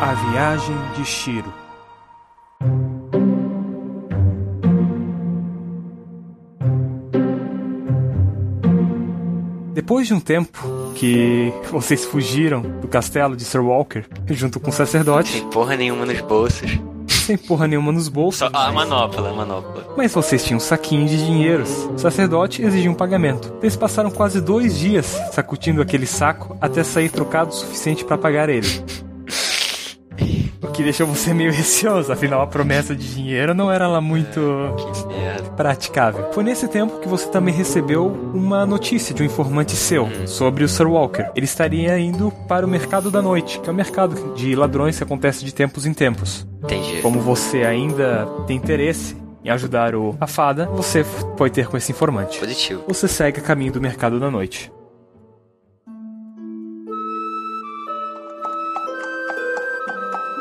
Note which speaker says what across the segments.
Speaker 1: Viagem de Shiro. Depois de um tempo que vocês fugiram do castelo de Sir Walker junto com o sacerdote,
Speaker 2: Tem porra nenhuma nos bolsos.
Speaker 1: sem porra nenhuma nos bolsos,
Speaker 2: Só a manopla, a manopla.
Speaker 1: mas vocês tinham um saquinho de dinheiros. O sacerdote exigiu um pagamento. Eles passaram quase dois dias sacudindo aquele saco até sair trocado o suficiente para pagar ele. O que deixou você meio receoso, afinal a promessa de dinheiro não era lá muito
Speaker 2: Que merda.
Speaker 1: praticável. Foi nesse tempo que você também recebeu uma notícia de um informante seu sobre o Sir Walker. Ele estaria indo para o mercado da noite, que é um mercado de ladrões que acontece de tempos em tempos.
Speaker 2: Entendi.
Speaker 1: Como você ainda tem interesse em ajudar o a fada, você f- foi ter com esse informante.
Speaker 2: Positivo.
Speaker 1: Você segue a caminho do mercado da noite.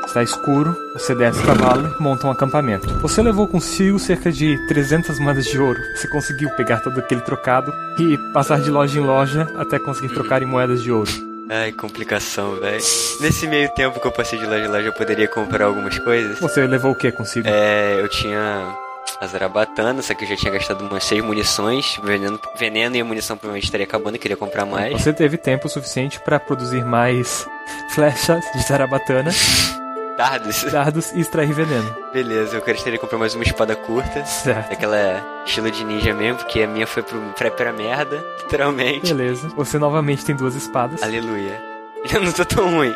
Speaker 1: Está escuro, você desce o cavalo e monta um acampamento. Você levou consigo cerca de 300 moedas de ouro. Você conseguiu pegar todo aquele trocado e passar de loja em loja até conseguir trocar em moedas de ouro.
Speaker 2: Ai, complicação, velho. Nesse meio tempo que eu passei de loja em loja, eu poderia comprar algumas coisas.
Speaker 1: Você levou o que consigo?
Speaker 2: É, eu tinha a zarabatana, só que eu já tinha gastado umas seis munições. Veneno, veneno e a munição provavelmente estaria acabando, eu queria comprar mais.
Speaker 1: Você teve tempo suficiente para produzir mais flechas de zarabatana,
Speaker 2: Dardos.
Speaker 1: dardos e extrair veneno.
Speaker 2: Beleza, eu gostaria de comprar mais uma espada curta.
Speaker 1: Certo.
Speaker 2: Daquela estilo de ninja mesmo, porque a minha foi pro, pra, pra merda, literalmente.
Speaker 1: Beleza. Você novamente tem duas espadas.
Speaker 2: Aleluia. Eu não tô tão ruim.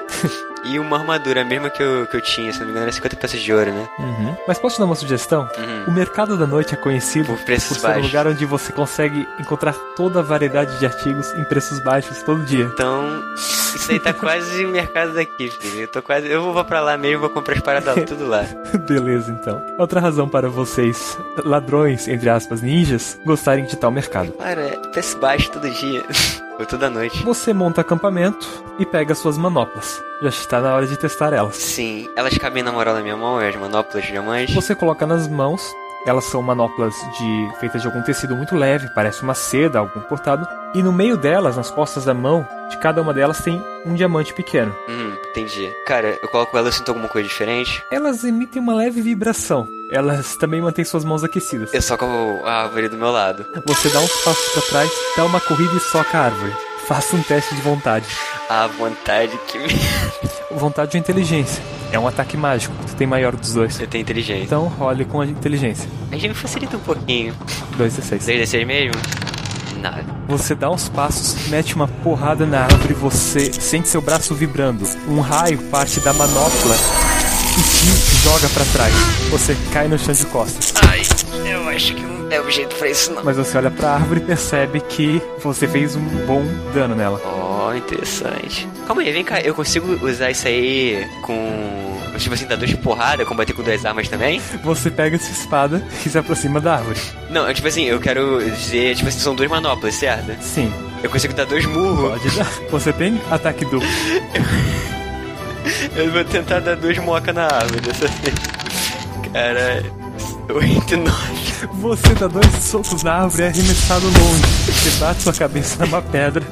Speaker 2: E uma armadura, a mesma que eu, que eu tinha, se não me engano, era 50 peças de ouro, né?
Speaker 1: Uhum. Mas posso te dar uma sugestão? O
Speaker 2: Uhum.
Speaker 1: mercado da noite é conhecido
Speaker 2: Por
Speaker 1: por
Speaker 2: preços
Speaker 1: ser um
Speaker 2: baixos.
Speaker 1: lugar onde você consegue encontrar toda a variedade de artigos em preços baixos todo dia.
Speaker 2: Então, isso aí tá quase o mercado daqui, filho. Eu tô quase. Eu vou pra lá mesmo, vou comprar as paradas lá, tudo lá.
Speaker 1: Beleza, então. Outra razão para vocês, ladrões, entre aspas, ninjas, gostarem de tal mercado.
Speaker 2: Cara, é preço baixo todo dia. Ou toda noite.
Speaker 1: Você monta acampamento e pega suas manoplas. Já está na hora de testar elas.
Speaker 2: Sim, elas cabem na moral na minha mão, é as manoplas de diamantes.
Speaker 1: Você coloca nas mãos. Elas são manoplas de feitas de algum tecido muito leve, parece uma seda, algum cortado. E no meio delas, nas costas da mão, de cada uma delas tem um diamante pequeno.
Speaker 2: Hum, entendi. Cara, eu coloco ela, eu sinto alguma coisa diferente.
Speaker 1: Elas emitem uma leve vibração. Elas também mantêm suas mãos aquecidas.
Speaker 2: Eu soco a árvore do meu lado.
Speaker 1: Você dá uns passos pra trás, dá uma corrida e soca a árvore. Faça um teste de vontade.
Speaker 2: A vontade que me.
Speaker 1: Vontade ou inteligência? É um ataque mágico. Tu tem maior dos dois.
Speaker 2: Eu tenho inteligência.
Speaker 1: Então role com a inteligência.
Speaker 2: A gente facilita um pouquinho.
Speaker 1: 2 e 6.
Speaker 2: 3D6 mesmo? Nada.
Speaker 1: Você dá uns passos, mete uma porrada na árvore e você sente seu braço vibrando. Um raio parte da manopla e te joga pra trás. Você cai no chão de costas.
Speaker 2: Ai, eu acho que não é o jeito pra isso não.
Speaker 1: Mas você olha pra árvore e percebe que você fez um bom dano nela.
Speaker 2: Oh, interessante. Calma aí, vem cá, eu consigo usar isso aí com. Tipo assim, dar duas porradas, combater com duas armas também?
Speaker 1: Você pega sua espada e se aproxima da árvore.
Speaker 2: Não, eu, tipo assim, eu quero dizer, tipo assim, são duas manoplas, certo?
Speaker 1: Sim,
Speaker 2: Eu consigo dar dois murros.
Speaker 1: pode dar. Você tem ataque duplo.
Speaker 2: Eu vou tentar dar duas mocas na árvore dessa vez. Cara, 8 e 9.
Speaker 1: Você dá dois socos na árvore e é arremessado longe. Você bate sua cabeça numa pedra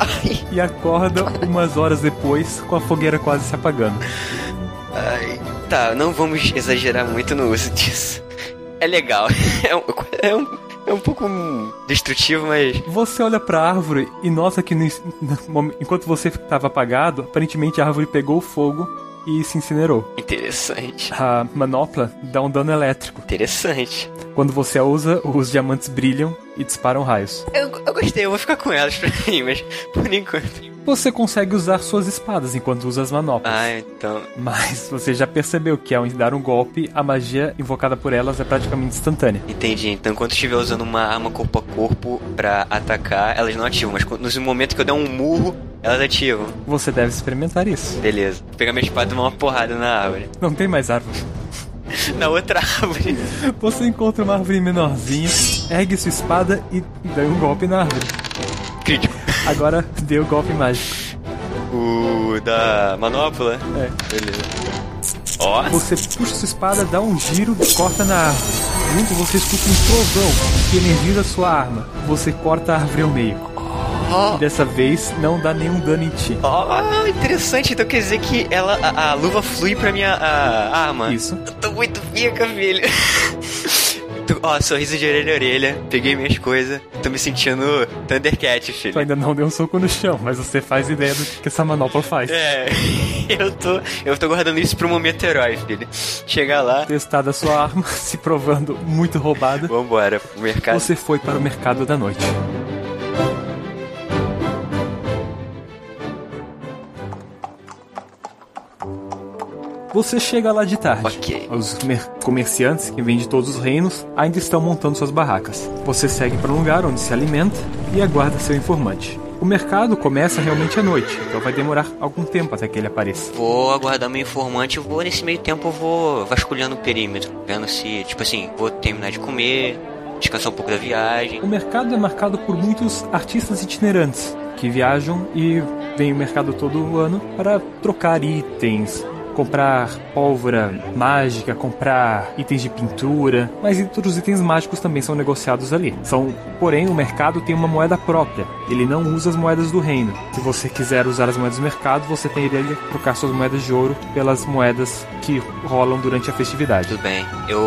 Speaker 1: e acorda umas horas depois com a fogueira quase se apagando.
Speaker 2: Ai, tá, não vamos exagerar muito no uso disso. É legal. É um, é um, é um pouco hum, destrutivo, mas.
Speaker 1: Você olha pra árvore e nota que no, ins- no mom- enquanto você estava apagado, aparentemente a árvore pegou fogo e se incinerou.
Speaker 2: Interessante. Ah,
Speaker 1: A manopla dá um dano elétrico.
Speaker 2: Interessante.
Speaker 1: Quando você a usa, os diamantes brilham e disparam raios.
Speaker 2: Eu, eu gostei, eu vou ficar com elas pra mim, mas por enquanto.
Speaker 1: Você consegue usar suas espadas enquanto usa as manoplas.
Speaker 2: Ah, então.
Speaker 1: Mas você já percebeu que ao dar um golpe, a magia invocada por elas é praticamente instantânea.
Speaker 2: Entendi. Então, enquanto estiver usando uma arma corpo a corpo pra atacar, elas não ativam, mas quando- no momento que eu der um murro, elas ativam.
Speaker 1: Você deve experimentar isso.
Speaker 2: Beleza. Vou pegar minha espada e dar uma porrada na árvore.
Speaker 1: Não tem mais árvore.
Speaker 2: Na outra árvore.
Speaker 1: Você encontra uma árvore menorzinha, ergue sua espada e dá um golpe na árvore.
Speaker 2: Crítico.
Speaker 1: Agora deu o golpe mágico.
Speaker 2: O da manopla?
Speaker 1: É.
Speaker 2: Beleza. Ó.
Speaker 1: Você puxa sua espada, dá um giro, corta na árvore. Junto você escuta um trovão que energiza sua arma. Você corta a árvore ao meio.
Speaker 2: Oh.
Speaker 1: E dessa vez não dá nenhum dano em ti.
Speaker 2: Ó, interessante. Então quer dizer que ela, a, a luva flui pra minha a, a arma.
Speaker 1: Isso.
Speaker 2: Eu tô muito pica, filho. Tu- Ó, sorriso de orelha a orelha. Peguei minhas coisas. Tô me sentindo Thundercat,
Speaker 1: Tu
Speaker 2: filho.
Speaker 1: ainda não deu um soco no chão, mas você faz ideia do que essa manopla faz.
Speaker 2: É, eu tô, eu tô guardando isso pro momento herói, filho. Chegar lá,
Speaker 1: Testada a sua arma, se provando muito roubada,
Speaker 2: vambora pro mercado.
Speaker 1: você foi para o mercado da noite. Você chega lá de tarde.
Speaker 2: Ok.
Speaker 1: Os mer- comerciantes que vêm de todos os reinos ainda estão montando suas barracas. Você segue para um lugar onde se alimenta e aguarda seu informante. O mercado começa realmente à noite, então vai demorar algum tempo até que ele apareça.
Speaker 2: Vou aguardar meu informante, eu vou nesse meio tempo eu vou vasculhando o perímetro, vendo se, tipo assim, vou terminar de comer, descansar um pouco da viagem.
Speaker 1: O mercado é marcado por muitos artistas itinerantes que viajam e vêm o mercado todo ano para trocar itens, comprar pólvora mágica, comprar itens de pintura, mas outros itens mágicos também são negociados ali. São, porém, o mercado tem uma moeda própria. Ele não usa as moedas do reino. Se você quiser usar as moedas do mercado, você tem que trocar suas moedas de ouro pelas moedas que rolam durante a festividade.
Speaker 2: Tudo bem. Eu.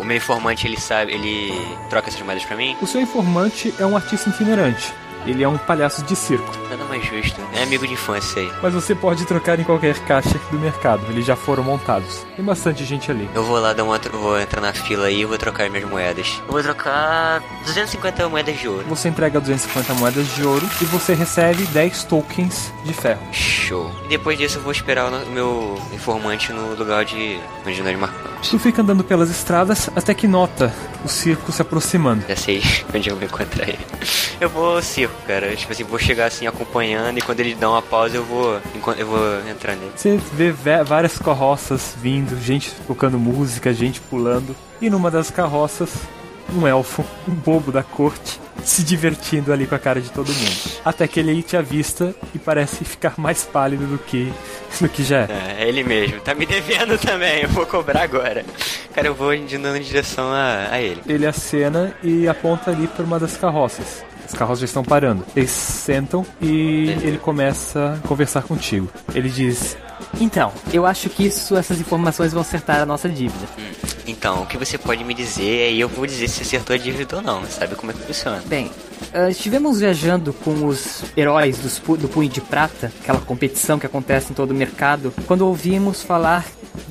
Speaker 2: O meu informante, ele sabe. Ele troca essas moedas pra mim?
Speaker 1: O seu informante é um artista itinerante. Ele é um palhaço de circo,
Speaker 2: Nada mais justo. É amigo de infância aí.
Speaker 1: mas você pode trocar em qualquer caixa aqui do mercado. Eles já foram montados. Tem bastante gente ali.
Speaker 2: Eu vou lá dar uma. tro- Vou entrar na fila aí e vou trocar minhas moedas. Eu vou trocar 250 moedas de ouro.
Speaker 1: Você entrega 250 moedas de ouro e você recebe 10 tokens de ferro.
Speaker 2: Show. E depois disso eu vou esperar o no- o meu informante no lugar de. onde nós marcamos.
Speaker 1: Tu fica andando pelas estradas até que nota o circo se aproximando.
Speaker 2: Já sei onde eu vou encontrar ele. Eu vou ao circo, cara. Tipo assim, vou chegar assim acompanhando e quando ele dá uma pausa eu vou. enquan- Eu vou entrar nele.
Speaker 1: Você vê vé- várias carroças vindo, gente tocando música, gente pulando. E numa das carroças, um elfo, um bobo da corte, se divertindo ali com a cara de todo mundo. Até que ele te avista e parece ficar mais pálido do que, do que já é.
Speaker 2: É, é ele mesmo. Tá me devendo também, eu vou cobrar agora. Cara, eu vou andando em direção a, a ele.
Speaker 1: Ele acena e aponta ali para uma das carroças. As carroças já estão parando. Eles sentam e ele começa a conversar contigo. Ele diz:
Speaker 3: Então, eu acho que isso, essas informações vão acertar a nossa dívida.
Speaker 2: Então, o que você pode me dizer, aí eu vou dizer se acertou a dívida ou não, sabe como é que funciona.
Speaker 3: Bem, ah, estivemos viajando com os heróis dos pu- do Punho de Prata, aquela competição que acontece em todo o mercado, quando ouvimos falar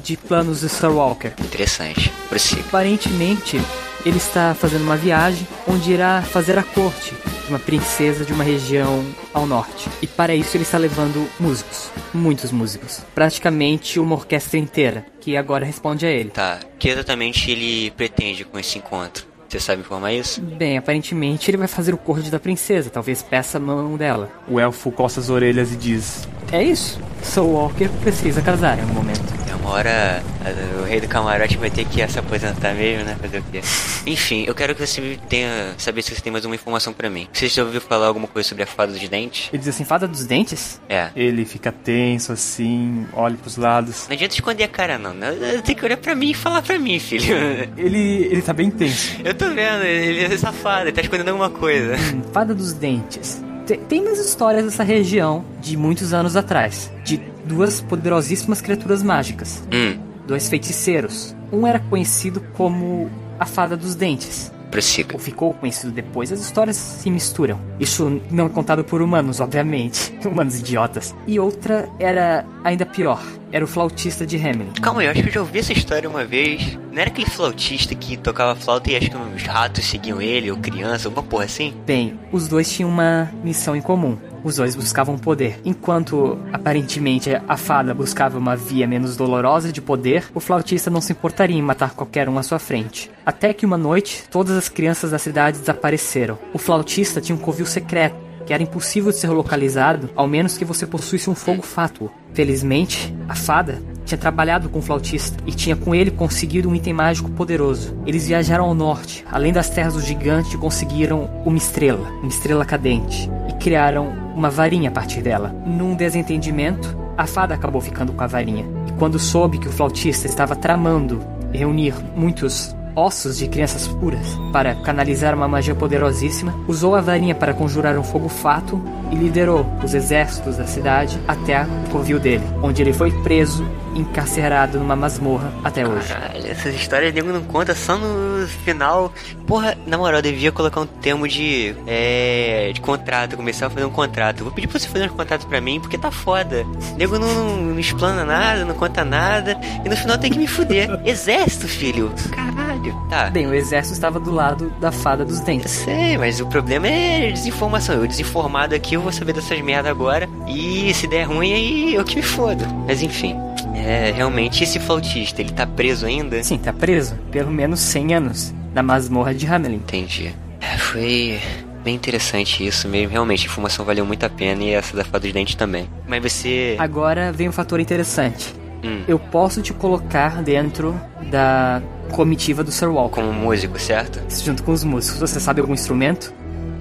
Speaker 3: de planos do Star Walker.
Speaker 2: É Interessante. Prossiga.
Speaker 3: Aparentemente, ele está fazendo uma viagem onde irá fazer a corte de uma princesa de uma região ao norte. E para isso ele está levando músicos, muitos músicos, praticamente uma orquestra inteira, que agora responde a ele.
Speaker 2: Tá, o que exatamente ele pretende com esse encontro? Você sabe informar isso?
Speaker 3: Bem, aparentemente ele vai fazer o corte da princesa, talvez peça a mão dela.
Speaker 1: O elfo coça as orelhas e diz:
Speaker 3: É isso. Soul Walker precisa casar em um momento.
Speaker 2: É uma hora a- o rei do camarote vai ter que se aposentar mesmo, né? Fazer o quê? Enfim, eu quero que você tenha. saber se você tem mais uma informação pra mim. Você já ouviu falar alguma coisa sobre a fada dos dentes?
Speaker 1: Ele diz assim:
Speaker 3: Sem fada dos dentes?
Speaker 2: É.
Speaker 1: Ele fica tenso assim, olha pros lados.
Speaker 2: Não adianta esconder a cara, não. né? Tem que olhar pra mim e falar pra mim, filho.
Speaker 1: Ele, ele tá bem tenso.
Speaker 2: Eu tô vendo, ele é safado, ele tá escondendo alguma coisa.
Speaker 3: Fada dos dentes. Te- Tem umas histórias dessa região de muitos anos atrás, de duas poderosíssimas criaturas mágicas,
Speaker 2: Hum,
Speaker 3: dois feiticeiros. Um era conhecido como a Fada dos Dentes,
Speaker 2: prossiga.
Speaker 3: ou ficou conhecido depois. As histórias se misturam. Isso não é contado por humanos, obviamente, humanos idiotas. E outra era ainda pior, era o flautista de Hamelin.
Speaker 2: Calma aí, eu acho que eu já ouvi essa história uma vez. Não era aquele flautista que tocava flauta e acho que os ratos seguiam ele, ou criança, alguma porra assim?
Speaker 3: Bem, os dois tinham uma missão em comum. Os dois buscavam poder. Enquanto, aparentemente, a fada buscava uma via menos dolorosa de poder, o flautista não se importaria em matar qualquer um à sua frente. Até que uma noite, todas as crianças da cidade desapareceram. O flautista tinha um covil secreto, que era impossível de ser localizado, ao menos que você possuísse um fogo fátuo. Felizmente, a fada tinha trabalhado com o flautista e tinha com ele conseguido um item mágico poderoso. Eles viajaram ao norte, além das terras do gigante, e conseguiram uma estrela, uma estrela cadente, e criaram uma varinha a partir dela. Num desentendimento, a fada acabou ficando com a varinha. E quando soube que o flautista estava tramando reunir muitos ossos de crianças puras. Para canalizar uma magia poderosíssima, usou a varinha para conjurar um fogo fato e liderou os exércitos da cidade até o covil dele, onde ele foi preso, encarcerado numa masmorra até hoje.
Speaker 2: Caralho, essas histórias nego não conta só no final. Porra, na moral, eu devia colocar um termo de. É. de contrato, começar a fazer um contrato. Vou pedir pra você fazer um contrato pra mim, porque tá foda. Nego não, não, não explana nada, não conta nada, e no final tem que me fuder. Exército, filho! Caralho. Tá.
Speaker 3: Bem, o exército estava do lado da fada dos
Speaker 2: Eu
Speaker 3: dentes.
Speaker 2: sei, mas o problema é desinformação. Eu desinformado aqui, eu vou saber dessas merda agora. E se der ruim, aí eu que me fodo. Mas enfim. É, realmente, esse flautista, ele tá preso ainda?
Speaker 3: Sim, tá preso pelo menos 100 anos na masmorra de Hamelin.
Speaker 2: Entendi. É, Foi bem interessante isso mesmo. Realmente, a informação valeu muito a pena e essa da fada dos dentes também. Mas você.
Speaker 3: Agora vem um fator interessante.
Speaker 2: Hum,
Speaker 3: Eu posso te colocar dentro da comitiva do Sir Walker,
Speaker 2: como músico, certo?
Speaker 3: junto com os músicos. Você sabe algum instrumento?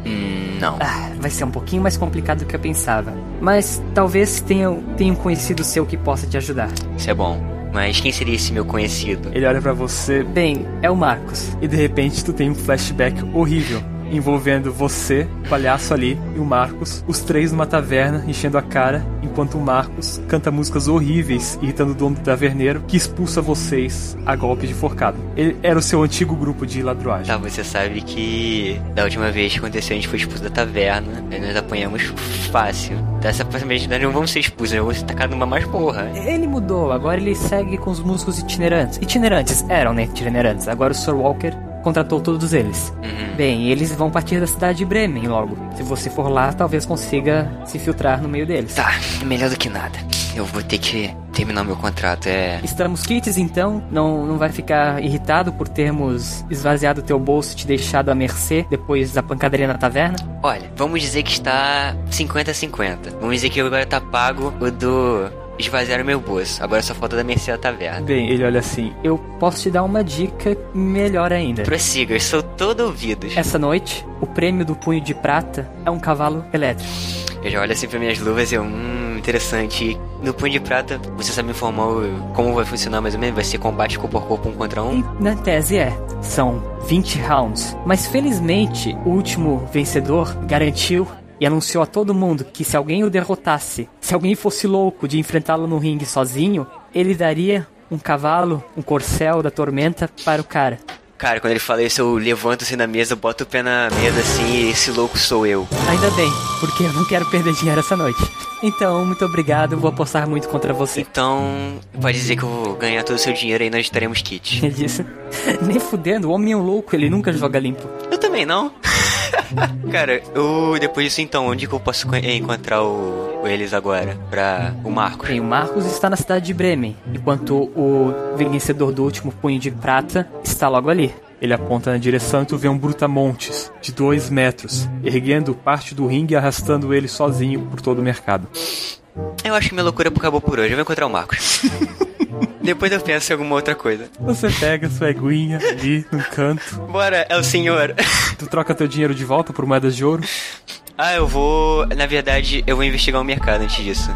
Speaker 2: Hum, não.
Speaker 3: Ah, vai ser um pouquinho mais complicado do que eu pensava. Mas talvez tenha, tenha um conhecido seu que possa te ajudar.
Speaker 2: Isso é bom. Mas quem seria esse meu conhecido?
Speaker 1: Ele olha pra você
Speaker 3: Bem, é o Marcos.
Speaker 1: e de repente tu tem um flashback horrível. Envolvendo você, o palhaço ali e o Marcos, os três numa taverna, enchendo a cara, enquanto o Marcos canta músicas horríveis, irritando o dono do taverneiro, que expulsa vocês a golpe de forcada. Ele era o seu antigo grupo de ladruagem.
Speaker 2: Tá, você sabe que da última vez que aconteceu, a gente foi expulso da taverna. Aí nós apanhamos fácil. Tá, Dessa próxima vez nós não vamos ser expulsos, nós vamos ser tacados numa masmorra.
Speaker 3: Ele mudou, agora ele segue com os músicos itinerantes. Itinerantes eram, né? Itinerantes. Agora o Sir Walker contratou todos eles.
Speaker 2: Uhum.
Speaker 3: Bem, eles vão partir da cidade de Bremen logo. Se você for lá, talvez consiga se filtrar no meio deles.
Speaker 2: Tá, é melhor do que nada. Eu vou ter que terminar meu contrato, é.
Speaker 3: Estamos kits, então não, não vai ficar irritado por termos esvaziado teu bolso e te deixado à mercê depois da pancadaria na taverna?
Speaker 2: Olha, vamos dizer que está 50-50. Vamos dizer que agora tá pago o do esvaziar o meu bolso. Agora só falta da mercê da taverna.
Speaker 1: Bem, ele olha assim.
Speaker 3: Eu posso te dar uma dica melhor ainda.
Speaker 2: Prossiga, eu sou todo ouvidos.
Speaker 3: Essa noite, o prêmio do punho de prata é um cavalo elétrico.
Speaker 2: Eu já olho assim pra minhas luvas e eu, hum, interessante. No Punho de Prata, você sabe me informar o- como vai funcionar mais ou menos? Vai ser combate corpo a corpo, um contra um?
Speaker 3: E na tese é, são 20 rounds. Mas felizmente, o último vencedor garantiu e anunciou a todo mundo que se alguém o derrotasse, se alguém fosse louco de enfrentá-lo no ringue sozinho, ele daria um cavalo, um corcel da tormenta para o cara.
Speaker 2: Cara, quando ele fala isso, eu levanto assim na mesa, boto o pé na mesa assim e esse louco sou eu.
Speaker 3: Ainda bem, porque eu não quero perder dinheiro essa noite. Então, muito obrigado, vou apostar muito contra você.
Speaker 2: Então, pode dizer que eu vou ganhar todo o seu dinheiro e nós estaremos kit.
Speaker 3: Ele disse, nem fudendo, o homem é um louco, ele nunca joga limpo.
Speaker 2: Eu também não. Cara, eu depois disso então, onde que eu posso co- encontrar o, o eles agora? Pra o Marcos.
Speaker 3: Bem, o Marcos está na cidade de Bremen, enquanto o vencedor do último punho de prata está logo ali.
Speaker 1: Ele aponta na direção e tu vê um brutamontes, de dois metros, erguendo parte do ringue e arrastando ele sozinho por todo o mercado.
Speaker 2: Eu acho que minha loucura acabou por hoje. Eu vou encontrar o Marcos. depois eu penso em alguma outra coisa.
Speaker 1: Você pega sua eguinha ali no canto,
Speaker 2: Bora, é o senhor.
Speaker 1: tu troca teu dinheiro de volta por moedas de ouro.
Speaker 2: Ah, eu vou. Na verdade, eu vou investigar o mercado antes disso.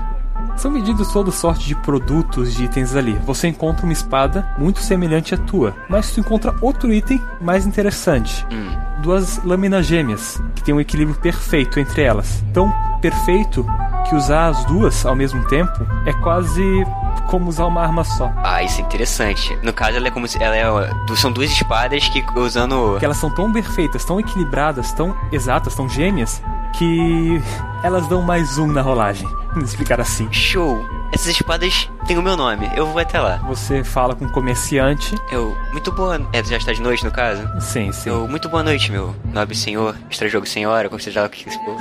Speaker 1: São vendidos toda sorte de produtos, de itens ali. Você encontra uma espada muito semelhante à tua, mas tu encontra outro item mais interessante.
Speaker 2: Hum.
Speaker 1: Duas lâminas gêmeas, que tem um equilíbrio perfeito entre elas. Tão perfeito que usar as duas ao mesmo tempo é quase como usar uma arma só.
Speaker 2: Ah, isso é interessante. No caso, ela é como se. Ela é. ó, São duas espadas que usando.
Speaker 1: Porque elas são tão perfeitas, tão equilibradas, tão exatas, tão gêmeas, que elas dão mais um na rolagem. Vamos explicar assim.
Speaker 2: Show! Essas espadas têm o meu nome. Eu vou até lá.
Speaker 1: Você fala com o comerciante.
Speaker 2: Eu. Muito boa. É, já está de noite, no caso?
Speaker 1: Sim, sim.
Speaker 2: Eu. Muito boa noite, meu nobre senhor. Extrajogo senhora, como seja lá o que se for.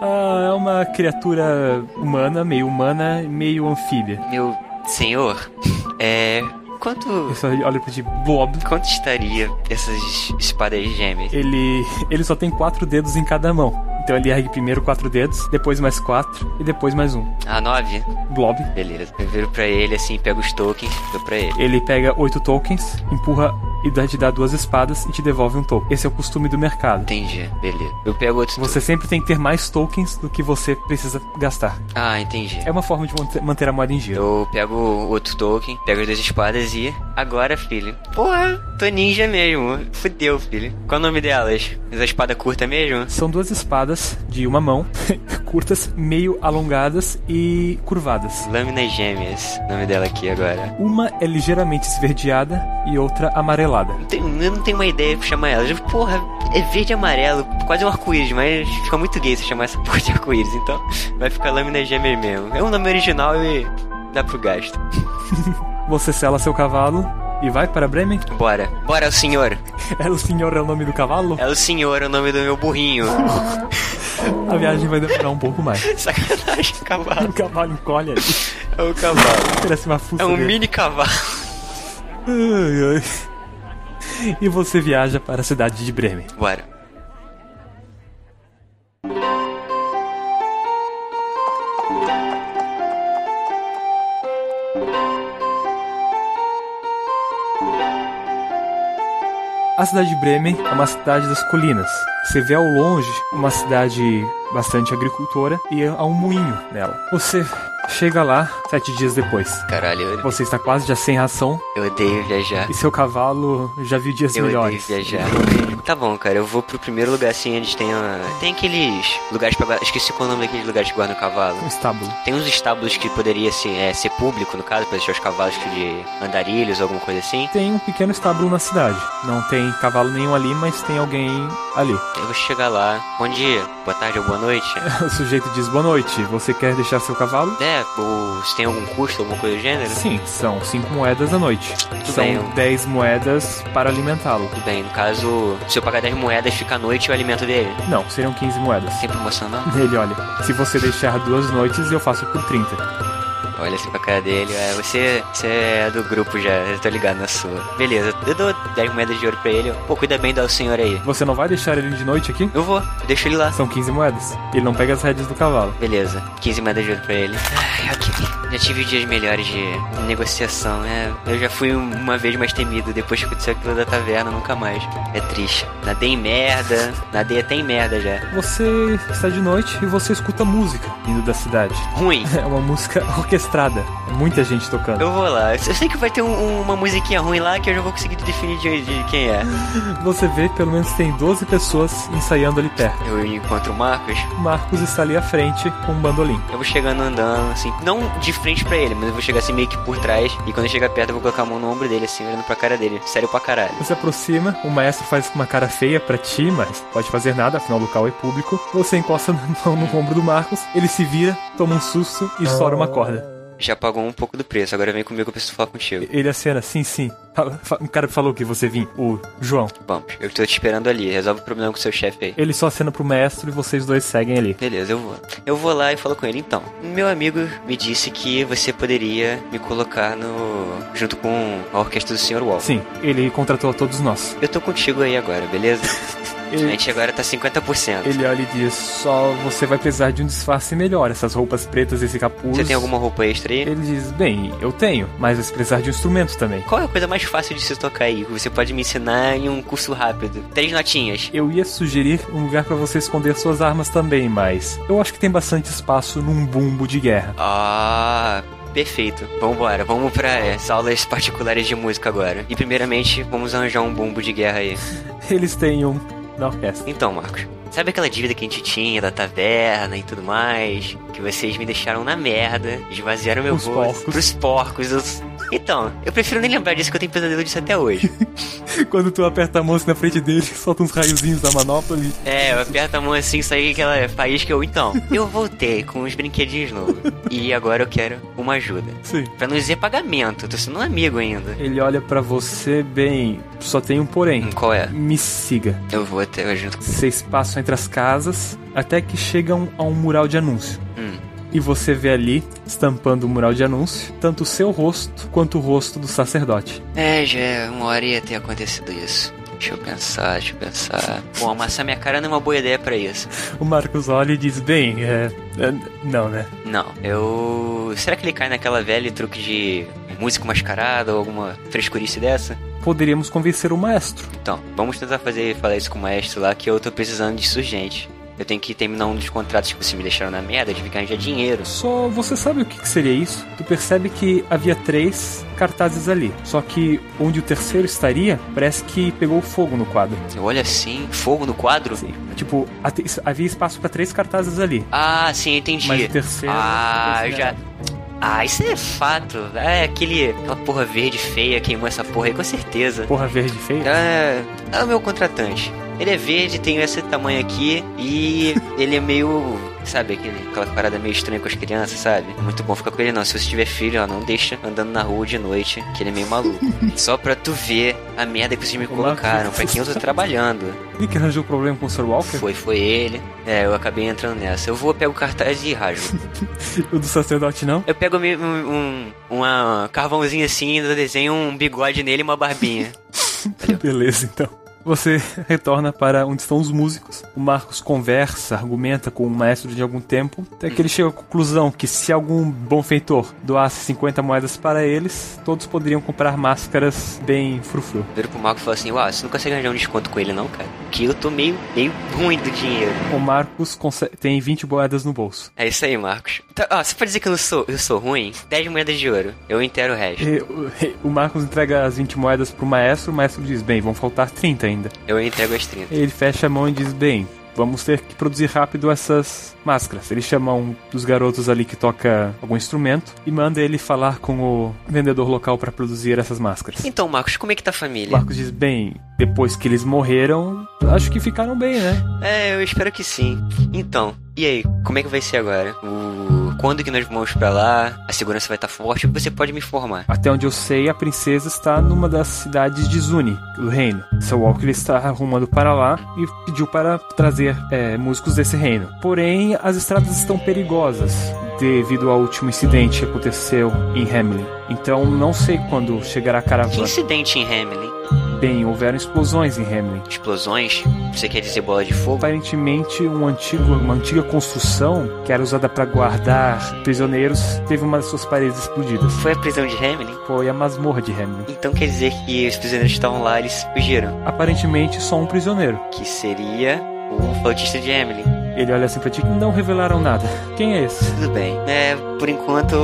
Speaker 1: Ah, é uma criatura humana, meio humana, meio anfíbia.
Speaker 2: Meu senhor, é. Quanto.
Speaker 1: Eu só olho pro de Bob.
Speaker 2: Quanto estaria essas espadas gêmeas?
Speaker 1: Ele, ele só tem quatro dedos em cada mão. Então ele ergue primeiro quatro dedos, depois mais quatro e depois mais um.
Speaker 2: Ah, nove?
Speaker 1: Blob.
Speaker 2: Beleza. Eu viro pra ele assim, pego os tokens, dou pra ele.
Speaker 1: Ele pega oito tokens, empurra e dá- te dá duas espadas e te devolve um token. Esse é o costume do mercado.
Speaker 2: Entendi, beleza. Eu pego outro.
Speaker 1: Você sempre tem que ter mais tokens do que você precisa gastar.
Speaker 2: Ah, entendi.
Speaker 1: É uma forma de mante- manter a moeda em giro.
Speaker 2: Eu pego outro token, pego as duas espadas e. Agora, filho. Porra, tô ninja mesmo. Fudeu, filho. Qual o nome delas? Mas a espada curta mesmo?
Speaker 1: São duas espadas de uma mão, curtas, meio alongadas e curvadas.
Speaker 2: Lâminas gêmeas. Nome dela aqui agora.
Speaker 1: Uma é ligeiramente esverdeada e outra amarelada.
Speaker 2: Não tenho- Eu não tenho uma ideia pra chamar elas. Porra, é verde e amarelo, quase um arco-íris, mas fica muito gay se chamar essa porra de arco-íris, então vai ficar lâmina gêmea mesmo. É um nome original e dá pro gasto.
Speaker 1: Você sela seu cavalo e vai para Bremen?
Speaker 2: Bora. Bora, é o senhor.
Speaker 1: É o senhor é o nome do cavalo?
Speaker 2: É o senhor é o nome do meu burrinho.
Speaker 1: A viagem vai demorar um pouco mais.
Speaker 2: Sacanagem, cavalo.
Speaker 1: O cavalo encolhe ali,
Speaker 2: É o cavalo.
Speaker 1: parece uma fuça
Speaker 2: É um
Speaker 1: dele.
Speaker 2: mini cavalo.
Speaker 1: Ai, ai. E você viaja para a cidade de Bremen.
Speaker 2: Bora.
Speaker 1: A cidade de Bremen é uma cidade das colinas. Você vê ao longe uma cidade bastante agricultora e há um moinho nela. Você chega lá sete dias depois.
Speaker 2: Caralho, eu,
Speaker 1: Você está quase já sem ração
Speaker 2: eu odeio viajar.
Speaker 1: e seu cavalo já viu dias
Speaker 2: Eu odeio
Speaker 1: melhores.
Speaker 2: viajar. Tá bom, cara, eu vou pro primeiro lugar assim, eles têm a... Tem aqueles lugares pra... guardar- Esqueci qual é o nome daqueles lugares que guardam cavalo.
Speaker 1: Um estábulo.
Speaker 2: Tem uns estábulos que poderia ser, é, ser público, no caso, pra deixar os cavalos de andarilhos, alguma coisa assim.
Speaker 1: Tem um pequeno estábulo na cidade. Não tem cavalo nenhum ali, mas tem alguém ali.
Speaker 2: Eu vou chegar lá. Bom dia, boa tarde ou boa noite.
Speaker 1: O sujeito diz boa noite. Você quer deixar seu cavalo?
Speaker 2: É, ou se tem algum custo, alguma coisa do gênero.
Speaker 1: Sim, são cinco moedas à noite. são
Speaker 2: bem.
Speaker 1: 10 moedas para alimentá-lo.
Speaker 2: Tudo bem, no caso, se eu pagar 10 moedas, fica à noite o alimento dele.
Speaker 1: Não, seriam 15 moedas.
Speaker 2: Tem promoção não?
Speaker 1: Ele olha, se você deixar duas noites, eu faço por 30.
Speaker 2: Olha assim pra cara dele, é, você, você é do grupo já, eu tô ligado na sua. Beleza, eu dou 10 moedas de ouro pra ele. Pô, cuida bem do senhor aí.
Speaker 1: Você não vai deixar ele de noite aqui?
Speaker 2: Eu vou, eu deixo ele lá.
Speaker 1: São 15 moedas. Ele não pega as rédeas do cavalo.
Speaker 2: Beleza, 15 moedas de ouro pra ele. Ai, ok. Já tive dias melhores de negociação, né? Eu já fui um- uma vez mais temido, depois que aconteceu aquilo da taverna, nunca mais. É triste. Nadei em merda, nadei até em merda já.
Speaker 1: Você está de noite e você escuta música vindo da cidade.
Speaker 2: Ruim.
Speaker 1: É uma música orquestrada. É muita gente tocando.
Speaker 2: Eu vou lá. Eu sei que vai ter um- uma musiquinha ruim lá que eu já vou conseguir definir de, de quem é.
Speaker 1: Você vê que pelo menos tem 12 pessoas ensaiando ali perto.
Speaker 2: Eu encontro o Marcos,
Speaker 1: O Marcos está ali à frente com um bandolim.
Speaker 2: eu vou chegando andando, assim, não de frente pra ele, mas eu vou chegar assim meio que por trás. E quando eu chegar perto, eu vou colocar a mão no ombro dele, assim, olhando pra cara dele. Sério pra caralho.
Speaker 1: Você aproxima, o maestro faz uma cara feia pra ti, mas pode fazer nada, afinal o local é público. Você encosta na mão no ombro do Marcos, ele se vira, toma um susto e estoura uma corda.
Speaker 2: Já pagou um pouco do preço, agora vem comigo que eu preciso falar contigo.
Speaker 1: Ele acena, sim, sim. Fala- fa- O cara que falou que você vinha, o João.
Speaker 2: Vamos, eu tô te esperando ali, resolve o problema com seu chefe aí.
Speaker 1: Ele só acena pro mestre e vocês dois seguem ali.
Speaker 2: Beleza, eu vou. Eu vou lá e falo com ele. Então, meu amigo me disse que você poderia me colocar no. junto com a orquestra do Sr. Wall.
Speaker 1: Sim, ele contratou a todos nós.
Speaker 2: Eu tô contigo aí agora, beleza? A
Speaker 1: Ele,
Speaker 2: gente agora tá 50%.
Speaker 1: ele olha e diz: só você vai precisar de um disfarce melhor, essas roupas pretas, esse capuz.
Speaker 2: Você tem alguma roupa extra aí?
Speaker 1: Ele diz: bem, eu tenho, mas vai precisar de um instrumento também.
Speaker 2: Qual é a coisa mais fácil de se tocar aí? Você pode me ensinar em um curso rápido. Três notinhas.
Speaker 1: Eu ia sugerir um lugar pra você esconder suas armas também, mas eu acho que tem bastante espaço num bumbo de guerra.
Speaker 2: Ah, perfeito. Vambora, vamos pra as aulas particulares de música agora. E primeiramente, vamos arranjar um bumbo de guerra aí.
Speaker 1: Eles têm um na orquestra.
Speaker 2: Então, Marcos, sabe aquela dívida que a gente tinha da taverna e tudo mais? Que vocês me deixaram na merda, esvaziaram meu
Speaker 1: Os
Speaker 2: bolso.
Speaker 1: porcos.
Speaker 2: Pros porcos. os- Então, eu prefiro nem lembrar disso que eu tenho pesadelo disso até hoje.
Speaker 1: Quando tu aperta a mão assim na frente dele, solta uns raiozinhos da manopla e
Speaker 2: é, eu aperto a mão assim, sai aquela faísca eu. Então, eu voltei com os brinquedinhos novos. E agora eu quero uma ajuda.
Speaker 1: sim.
Speaker 2: Pra não dizer pagamento, eu tô sendo um amigo ainda.
Speaker 1: Ele olha pra você bem. Só tem um porém.
Speaker 2: Hum, Qual é?
Speaker 1: Me siga.
Speaker 2: Eu vou até eu junto com.
Speaker 1: Vocês passam entre as casas até que chegam a um mural de anúncio.
Speaker 2: Hum.
Speaker 1: E você vê ali, estampando o mural de anúncio, tanto o seu rosto quanto o rosto do sacerdote.
Speaker 2: É, já é uma hora ia ter acontecido isso. Deixa eu pensar, deixa eu pensar. Bom, amassar minha cara não é uma boa ideia pra isso.
Speaker 1: O Marcos olha e diz: Bem, é. é, não, né?
Speaker 2: Não, eu. Será que ele cai naquela velha truque de músico mascarado ou alguma frescurice dessa?
Speaker 1: poderíamos convencer o maestro.
Speaker 2: Então, vamos tentar fazer falar isso com o maestro lá que eu tô precisando disso urgente. Eu tenho que terminar um dos contratos que vocês me deixaram na merda de ficar já dinheiro.
Speaker 1: Só você sabe o que, que seria isso? Tu percebe que havia três cartazes ali. Só que onde o terceiro estaria, parece que pegou fogo no quadro.
Speaker 2: Eu olho assim, fogo no quadro?
Speaker 1: Sim. Tipo, ate- havia espaço pra três cartazes ali.
Speaker 2: Ah, sim, entendi.
Speaker 1: Mas o terceiro.
Speaker 2: Ah,
Speaker 1: o
Speaker 2: eu
Speaker 1: terceiro
Speaker 2: já. Ah, isso é fato. É aquele. Aquela porra verde feia queimou essa porra aí, com certeza.
Speaker 1: Porra verde feia?
Speaker 2: É, é o meu contratante. Ele é verde, tem esse tamanho aqui e ele é meio. Sabe, aquele, aquela parada meio estranha com as crianças, sabe? Muito bom ficar com ele não. Se você tiver filho, ó, não deixa andando na rua de noite, que ele é meio maluco. Só pra tu ver a merda que vocês me
Speaker 1: Olá,
Speaker 2: colocaram,
Speaker 1: filho.
Speaker 2: pra quem eu tô trabalhando.
Speaker 1: Ele que arranjou o problema com o Sr. Walker?
Speaker 2: Foi, foi ele. É, eu acabei entrando nessa. Eu vou, pego o cartaz e rasgo.
Speaker 1: O do sacerdote não?
Speaker 2: Eu pego me- um, um uma carvãozinho assim, eu desenho um bigode nele e uma barbinha.
Speaker 1: Beleza, então. Você retorna para onde estão os músicos. O Marcos conversa, argumenta com o maestro de algum tempo, até
Speaker 2: Hum.
Speaker 1: que ele chega à conclusão que se algum bom feitor doasse 50 moedas para eles, todos poderiam comprar máscaras bem frufru.
Speaker 2: Viro pro Marco e falo assim, uau, você não consegue arranjar um desconto com ele não, cara? Que eu tô meio, meio ruim do dinheiro.
Speaker 1: O Marcos conse- tem 20 moedas no bolso.
Speaker 2: É isso aí, Marcos. Tá, ó, só pra dizer que eu não sou, eu sou ruim, 10 moedas de ouro. Eu entero o resto.
Speaker 1: E o- o Marcos entrega as 20 moedas pro maestro, o maestro diz, bem, vão faltar 30 ainda.
Speaker 2: Eu entrego as 30.
Speaker 1: Ele fecha a mão e diz: Bem, vamos ter que produzir rápido essas máscaras. Ele chama um dos garotos ali que toca algum instrumento e manda ele falar com o vendedor local para produzir essas máscaras.
Speaker 2: Então, Marcos, como é que tá a
Speaker 1: O
Speaker 2: família?
Speaker 1: Marcos diz: Bem, depois que eles morreram, acho que ficaram bem, né?
Speaker 2: É, eu espero que sim. Então, e aí, como é que vai ser agora? O... Quando que nós vamos pra lá? A segurança vai estar forte? Você pode me informar.
Speaker 1: Até onde eu sei, a princesa está numa das cidades de Zuni, do reino. Seu Walker está arrumando para lá e pediu para trazer é, músicos desse reino. Porém, as estradas estão perigosas devido ao último incidente que aconteceu em Hamlin. Então, não sei quando chegará a
Speaker 2: Que
Speaker 1: caravana.
Speaker 2: incidente em Hamlin?
Speaker 1: Bem, houveram explosões em Hamlin.
Speaker 2: Explosões? Você quer dizer bola de fogo?
Speaker 1: Aparentemente, um antigo, uma antiga construção que era usada para guardar prisioneiros teve uma das suas paredes explodidas.
Speaker 2: Foi a prisão de Hamlin?
Speaker 1: Foi a masmorra de Hamlin.
Speaker 2: Então quer dizer que os prisioneiros que estavam lá, eles fugiram.
Speaker 1: Aparentemente, só um prisioneiro.
Speaker 2: Que seria o flautista de Emily.
Speaker 1: Ele olha assim pra ti, não revelaram nada. Quem é esse?
Speaker 2: Tudo bem. É, por enquanto,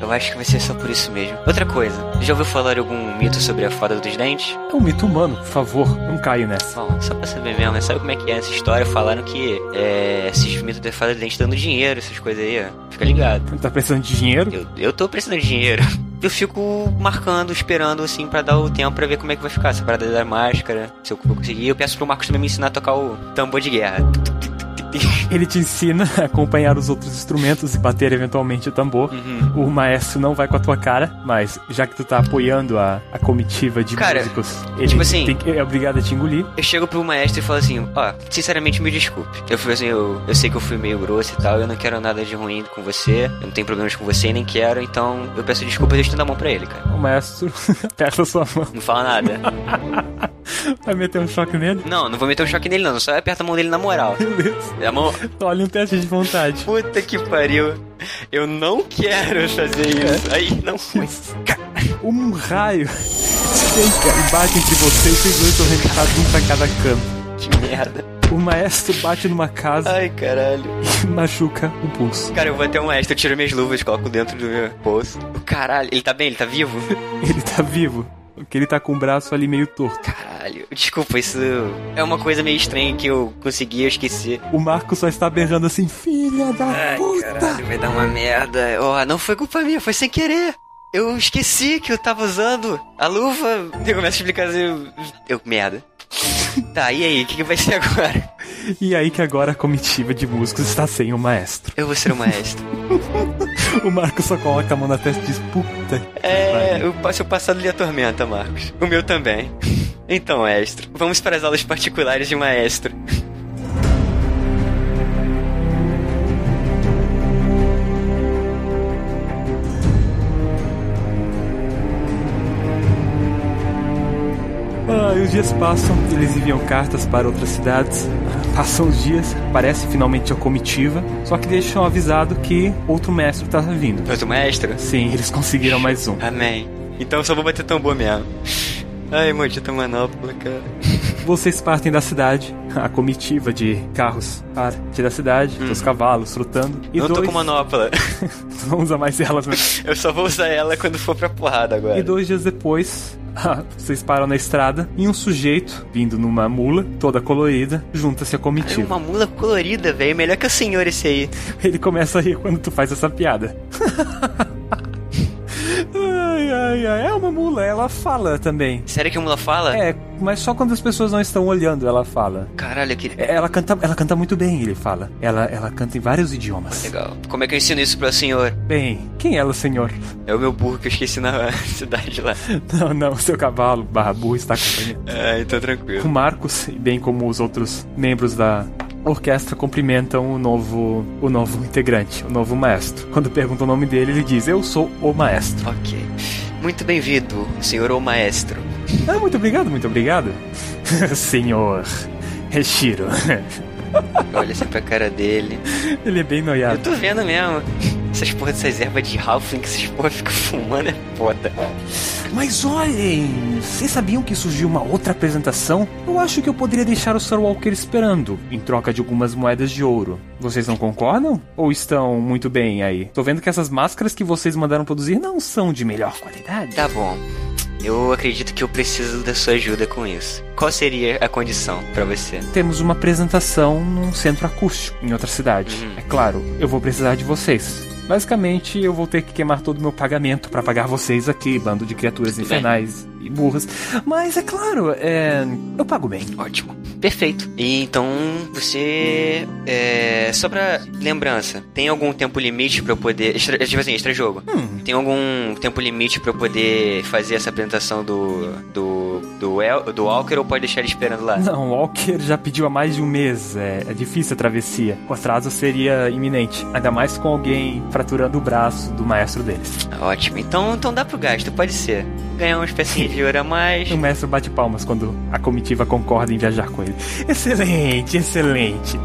Speaker 2: eu acho que vai ser só por isso mesmo. Outra coisa, já ouviu falar algum mito sobre a fada dos dentes?
Speaker 1: É um mito humano, por favor, não caio nessa.
Speaker 2: Bom, só pra saber mesmo, né? Sabe como é que é essa história? Falaram que é, esses mitos da fada dos dentes dando dinheiro, essas coisas aí, ó. Fica ligado.
Speaker 1: Tá precisando de dinheiro?
Speaker 2: Eu, eu tô precisando de dinheiro. Eu fico marcando, esperando, assim, pra dar o tempo pra ver como é que vai ficar essa parada da máscara. Se eu conseguir, eu peço pro Marcos também me ensinar a tocar o tambor de guerra.
Speaker 1: Ele te ensina a acompanhar os outros instrumentos e bater eventualmente o tambor.
Speaker 2: Uhum.
Speaker 1: O maestro não vai com a tua cara, mas já que tu tá apoiando a, a comitiva de
Speaker 2: Cara,
Speaker 1: músicos, ele
Speaker 2: tipo assim-
Speaker 1: tem que- é obrigado a te engolir.
Speaker 2: Eu chego pro maestro e falo assim, ó, sinceramente me desculpe. Eu fui assim, eu, eu sei que eu fui meio grosso e tal, eu não quero nada de ruim com você, eu não tenho problemas com você e nem quero, então eu peço desculpa e eu estendo a mão pra ele, cara.
Speaker 1: O maestro aperta a sua mão,
Speaker 2: Não fala nada.
Speaker 1: vai meter um choque nele.
Speaker 2: não, não vou meter um choque nele não, só aperta a mão dele na moral. É
Speaker 1: Beleza.
Speaker 2: A mão,
Speaker 1: Olha um teste de vontade.
Speaker 2: puta que pariu. Eu não quero fazer isso. Aí não foi.
Speaker 1: Um raio espenca e bate entre vocês, vocês dois estão arrebentados um pra cada canto.
Speaker 2: Que merda.
Speaker 1: O maestro bate numa casa
Speaker 2: Ai, caralho.
Speaker 1: e machuca o pulso.
Speaker 2: Cara, eu vou até o maestro, eu tiro minhas luvas, coloco dentro do meu bolso. Caralho, ele tá bem? Ele tá vivo?
Speaker 1: Ele tá vivo. Porque ele tá com o braço ali meio torto.
Speaker 2: Caralho, desculpa, isso é uma coisa meio estranha que eu consegui, eu esqueci.
Speaker 1: O Marco só está berrando assim, filha da
Speaker 2: Ai,
Speaker 1: puta!
Speaker 2: caralho, vai dar uma merda. Ó, não foi culpa minha, foi sem querer. Eu esqueci que eu tava usando a luva. Eu começo a explicar assim. Eu, merda. Tá, e aí, o que, que vai ser agora?
Speaker 1: E aí que agora a comitiva de músicos está sem o maestro.
Speaker 2: Eu vou ser o maestro.
Speaker 1: O Marco só coloca a mão na testa e diz, puta.
Speaker 2: É, o seu passado lhe atormenta, Marcos. O meu também. Então, maestro, vamos para as aulas particulares de maestro.
Speaker 1: Ah, e os dias passam, eles enviam cartas para outras cidades. Passam os dias, aparece finalmente a comitiva, só que deixam avisado que outro mestre tá vindo.
Speaker 2: Outro maestro?
Speaker 1: Sim, eles conseguiram mais um.
Speaker 2: Amém. Então eu só vou bater tambor mesmo. Ai, maldita manopla, cara.
Speaker 1: Vocês partem da cidade, a comitiva de carros parte da cidade, os cavalos trotando. E
Speaker 2: Não
Speaker 1: dois...
Speaker 2: Hum. tô com manopla.
Speaker 1: Não usa mais elas, né?
Speaker 2: Eu só vou usar ela quando for pra porrada agora.
Speaker 1: E dois dias depois, ah, vocês param na estrada e um sujeito, vindo numa mula, toda colorida, junta-se à
Speaker 2: Ai,
Speaker 1: comitiva.
Speaker 2: uma mula colorida, velho. Melhor que o senhor esse aí.
Speaker 1: Ele começa a rir quando tu faz essa piada. ai, ai, ai. É uma mula, ela fala também.
Speaker 2: Sério que a mula fala?
Speaker 1: É, mas só quando as pessoas não estão olhando, ela fala. É,
Speaker 2: Caralho, eu queria.
Speaker 1: Ela canta, ela canta muito bem, ele fala. Ela, ela canta em vários idiomas.
Speaker 2: Legal. Como é que eu ensino isso pro senhor?
Speaker 1: Bem, quem é ela, senhor?
Speaker 2: É o meu burro que eu esqueci na cidade lá.
Speaker 1: Não, não, seu cavalo, barra burro, está acompanhando.
Speaker 2: Ah, então
Speaker 1: O
Speaker 2: tranquilo.
Speaker 1: Marcos, bem como os outros membros da orquestra, cumprimentam o novo, o novo integrante, o novo maestro. Quando pergunta o nome dele, ele diz: Eu sou o maestro.
Speaker 2: Ok. Muito bem-vindo, senhor ou maestro.
Speaker 1: Ah, muito obrigado, muito obrigado. senhor. Reshiro.
Speaker 2: Olha sempre a cara dele.
Speaker 1: ele é bem noiado.
Speaker 2: Eu tô vendo mesmo. Essas porra dessas ervas de Halfling que essas porra ficam fumando é foda.
Speaker 1: Mas olhem, vocês sabiam que surgiu uma outra apresentação? Eu acho que eu poderia deixar o Sir Walker esperando, em troca de algumas moedas de ouro. Vocês não concordam? Ou estão muito bem aí? Tô vendo que essas máscaras que vocês mandaram produzir não são de melhor qualidade.
Speaker 2: Tá bom. Eu acredito que eu preciso da sua ajuda com isso. Qual seria a condição pra você?
Speaker 1: Temos uma apresentação num centro acústico, em outra cidade.
Speaker 2: Uhum.
Speaker 1: É claro, eu vou precisar de vocês. Basicamente, eu vou ter que queimar todo o meu pagamento pra pagar vocês aqui, bando de criaturas infernais e burras. Mas é claro, é... eu pago bem.
Speaker 2: Ótimo. Perfeito. E então você. É. Só pra lembrança, tem algum tempo limite pra eu poder. Extra, tipo assim, extra jogo.
Speaker 1: Hum.
Speaker 2: Tem algum tempo limite pra eu poder fazer essa apresentação do. do. do, El, do Walker ou pode deixar ele esperando lá?
Speaker 1: Não, o Walker já pediu há mais de um mês. É, é difícil a travessia. O atraso seria iminente. Ainda mais com alguém fraturando o braço do maestro deles.
Speaker 2: Ah, Ótimo. Então, então dá pro gasto, pode ser. Ganhar uma espécie de ouro a mais.
Speaker 1: O maestro bate palmas quando a comitiva concorda em viajar com ele. Excelente, excelente.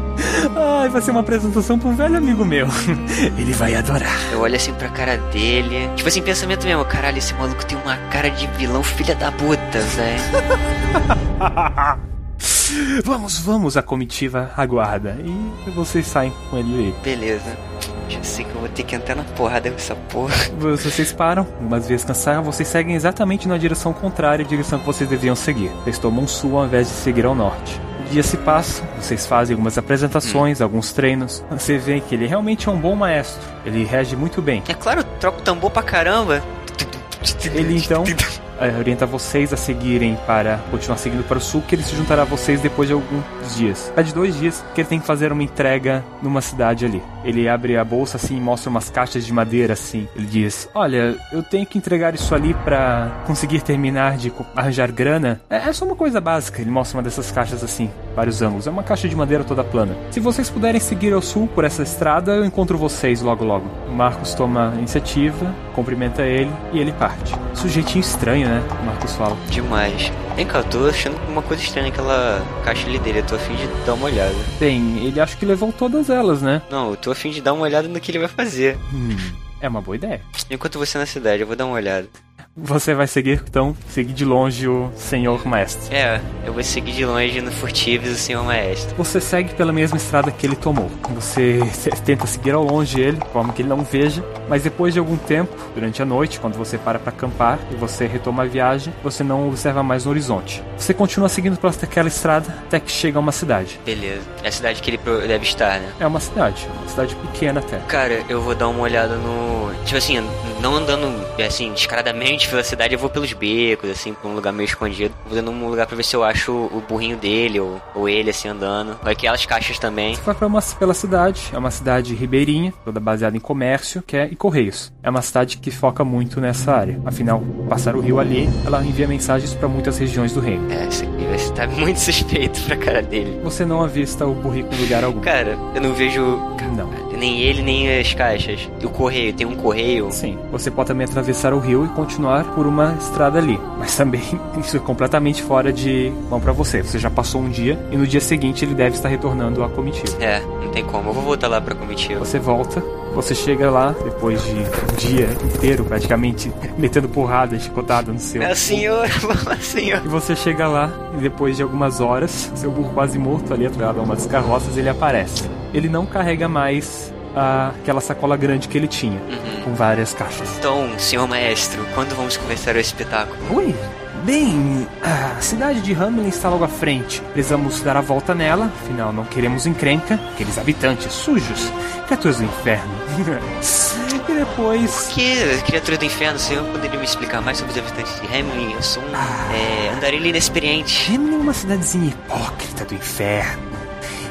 Speaker 1: Ai, vai ser uma apresentação pra um velho amigo meu. Ele vai adorar.
Speaker 2: Eu olho assim pra cara dele. Tipo assim, pensamento mesmo, caralho, esse maluco tem uma cara de vilão, filha da puta, velho.
Speaker 1: Vamos, vamos, a comitiva aguarda. E vocês saem com ele
Speaker 2: Beleza. Já sei que eu vou ter que entrar na porrada com essa porra.
Speaker 1: Vocês param, umas vezes cansaram, vocês seguem exatamente na direção contrária à direção que vocês deviam seguir. Vocês tomam sul ao invés de seguir ao norte. O dia se passa, vocês fazem algumas apresentações, alguns treinos. Você vê que ele realmente é um bom maestro. Ele reage muito bem.
Speaker 2: É claro, eu troco tambor pra caramba.
Speaker 1: Ele então eh, orienta vocês a seguirem para continuar seguindo para o sul, que ele se juntará a vocês depois de alguns dias. É de dois dias que ele tem que fazer uma entrega numa cidade ali. Ele abre a bolsa assim e mostra umas caixas de madeira assim. Ele diz: Olha, eu tenho que entregar isso ali para conseguir terminar de co- arranjar grana. É, é só uma coisa básica. Ele mostra uma dessas caixas assim, vários ângulos. É uma caixa de madeira toda plana. Se vocês puderem seguir ao sul por essa estrada, eu encontro vocês logo logo. O Marcos toma a iniciativa, cumprimenta ele e ele parte. Sujeitinho estranho, né? O Marcos fala.
Speaker 2: Demais. Vem cá, eu tô achando uma coisa estranha aquela caixa ali dele. Eu tô afim de dar uma olhada.
Speaker 1: Bem, ele acho que levou todas elas, né?
Speaker 2: Não, eu tô afim de dar uma olhada no que ele vai fazer.
Speaker 1: Hum, é uma boa ideia.
Speaker 2: Enquanto você na cidade, eu vou dar uma olhada.
Speaker 1: Você vai seguir, então, seguir de longe o senhor mestre.
Speaker 2: É, eu vou seguir de longe no Furtives, o senhor maestro.
Speaker 1: Você segue pela mesma estrada que ele tomou. Você tenta seguir ao longe ele, de forma que ele não veja, mas depois de algum tempo, durante a noite, quando você para para acampar e você retoma a viagem, você não observa mais no horizonte. Você continua seguindo pela aquela estrada até que chega a uma cidade.
Speaker 2: Beleza. É a cidade que ele pro- deve estar, né?
Speaker 1: É uma cidade, uma cidade pequena até.
Speaker 2: Cara, eu vou dar uma olhada no. Tipo assim, não andando assim, descaradamente pela cidade, eu vou pelos becos, assim, pra um lugar meio escondido. Vou dando um lugar pra ver se eu acho o burrinho dele, ou, ou ele assim andando. Aquelas caixas também.
Speaker 1: Você vai pra uma, pela cidade, é uma cidade ribeirinha, toda baseada em comércio que é, e correios. É uma cidade que foca muito nessa área. Afinal, passar o rio ali, ela envia mensagens para muitas regiões do reino.
Speaker 2: É, isso aqui vai estar muito suspeito pra cara dele.
Speaker 1: Você não avista o burrico em lugar algum.
Speaker 2: Cara, eu não vejo
Speaker 1: Não.
Speaker 2: nem ele, nem as caixas. E o correio, tem um correio.
Speaker 1: Sim, você pode também atravessar o rio e continuar por uma estrada ali. Mas também isso é completamente fora de mão pra você. Você já passou um dia e no dia seguinte ele deve estar retornando à comitiva.
Speaker 2: É, não tem como. Eu vou voltar lá pra comitiva.
Speaker 1: Você volta Você chega lá, depois de um dia inteiro praticamente metendo porrada, chicotada no seu.
Speaker 2: Meu É, senhor, vamos senhor.
Speaker 1: E você chega lá e depois de algumas horas, seu burro quase morto ali atrelado a umas carroças, ele aparece. Ele não carrega mais ah, aquela sacola grande que ele tinha, com várias caixas.
Speaker 2: Então, senhor maestro, quando vamos começar o espetáculo?
Speaker 1: Ui! Bem, a cidade de Hamlin está logo à frente. Precisamos dar a volta nela, afinal não queremos encrenca, aqueles habitantes sujos, criaturas do inferno. e depois
Speaker 2: Que eh, criatura do inferno, o senhor poderia me explicar mais sobre os habitantes de Hamlin? Eu sou um é, andarilho inexperiente.
Speaker 1: Gemini é uma cidadezinha hipócrita do inferno.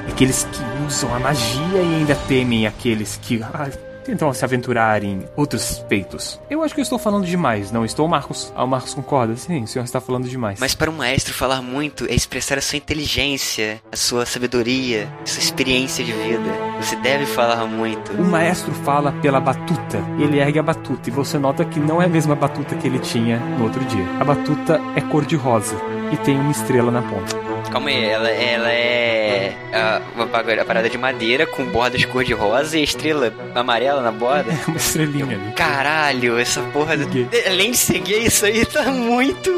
Speaker 1: Aqueles que usam a magia e ainda temem aqueles que ah, tentam se aventurar em outros feitos. Eu acho que eu estou falando demais, não estou, Marcos? Ah, o Marcos concorda. Sim, o senhor está falando demais.
Speaker 2: Mas para um maestro falar muito é expressar a sua inteligência, a sua sabedoria, a sua experiência de vida. Você deve falar muito.
Speaker 1: O maestro fala pela batuta. Ele ergue a batuta e você nota que não é a mesma batuta que ele tinha no outro dia. A batuta é cor-de-rosa e tem uma estrela na ponta.
Speaker 2: Calma aí, ela, ela é ah, uma pagode- a parada de madeira com bordas de cor de rosa e estrela amarela na borda.
Speaker 1: Uma estrelinha né? ali.
Speaker 2: Caralho, essa porra. do-
Speaker 1: Gay.
Speaker 2: Além de ser gay, isso aí tá muito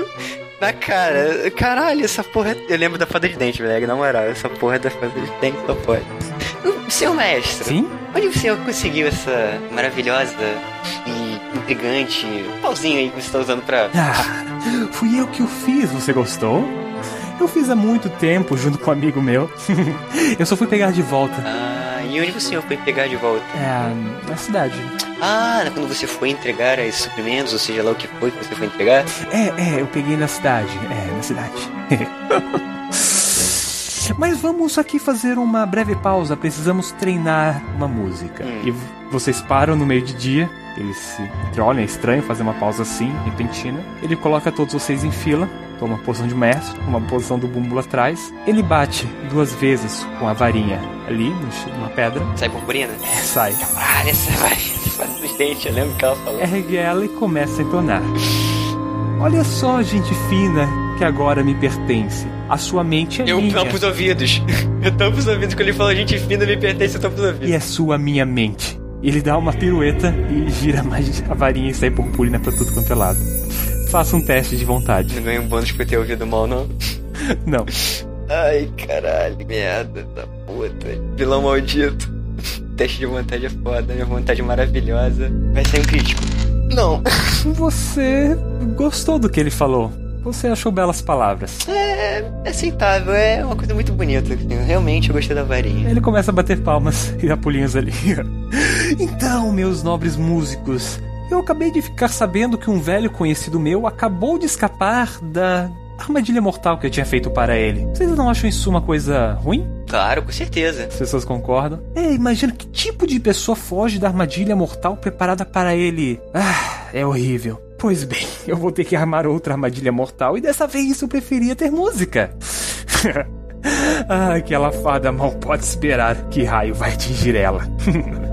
Speaker 2: na cara. Caralho, essa porra. é, Eu lembro da fada de dente, moleque. Na moral, essa porra da fada de dente só pode. Hum, Seu mestre,
Speaker 1: Sim?
Speaker 2: onde o senhor conseguiu essa maravilhosa e intrigante pauzinho aí que você tá usando pra.
Speaker 1: Ah, fui eu que o fiz, você gostou? Eu fiz há muito tempo junto com um amigo meu. eu só fui pegar de volta.
Speaker 2: Ah, e onde o senhor foi pegar de volta?
Speaker 1: É, na cidade.
Speaker 2: Ah, quando você foi entregar os suprimentos, ou seja lá o que foi que você foi entregar.
Speaker 1: É, é, eu peguei na cidade. É, na cidade. Mas vamos aqui fazer uma breve pausa. Precisamos treinar uma música.
Speaker 2: Hum.
Speaker 1: E v- vocês param no meio de dia. Eles se olham, é estranho fazer uma pausa assim, repentina. Ele coloca todos vocês em fila. Toma a posição de mestre, uma posição do búmulo atrás. Ele bate duas vezes com a varinha ali, no ch- numa pedra.
Speaker 2: Sai purpurina?
Speaker 1: Sai.
Speaker 2: Ah, essa vai. Fada de dente, eu lembro que ela falou.
Speaker 1: ergue ela e começa a entonar. Olha só, gente fina, que agora me pertence. A sua mente é
Speaker 2: Eu
Speaker 1: minha
Speaker 2: tampo os ouvidos. Eu tampo os ouvidos. Quando ele fala gente fina, me pertence, eu tampo os ouvidos.
Speaker 1: e é sua minha mente. Ele dá uma pirueta e gira mais a varinha e sai purpurina pra tudo quanto é lado. Faça um teste de vontade.
Speaker 2: Não ganha um bônus por ter ouvido mal, não?
Speaker 1: Não.
Speaker 2: Ai, caralho, merda da puta. Vilão maldito. Teste de vontade é foda, minha vontade é maravilhosa. Vai sair um crítico. Não.
Speaker 1: Você gostou do que ele falou. Você achou belas palavras.
Speaker 2: É aceitável, é uma coisa muito bonita. assim. Realmente eu gostei da varinha.
Speaker 1: Ele começa a bater palmas e dá pulinhos ali. então, meus nobres músicos, eu acabei de ficar sabendo que um velho conhecido meu acabou de escapar da armadilha mortal que eu tinha feito para ele. Vocês não acham isso uma coisa ruim?
Speaker 2: Claro, com certeza.
Speaker 1: As pessoas concordam. É, imagina que tipo de pessoa foge da armadilha mortal preparada para ele. Ah, é horrível. Pois bem, eu vou ter que armar outra armadilha mortal e dessa vez eu preferia ter música. ah, aquela fada mal pode esperar que raio vai atingir ela.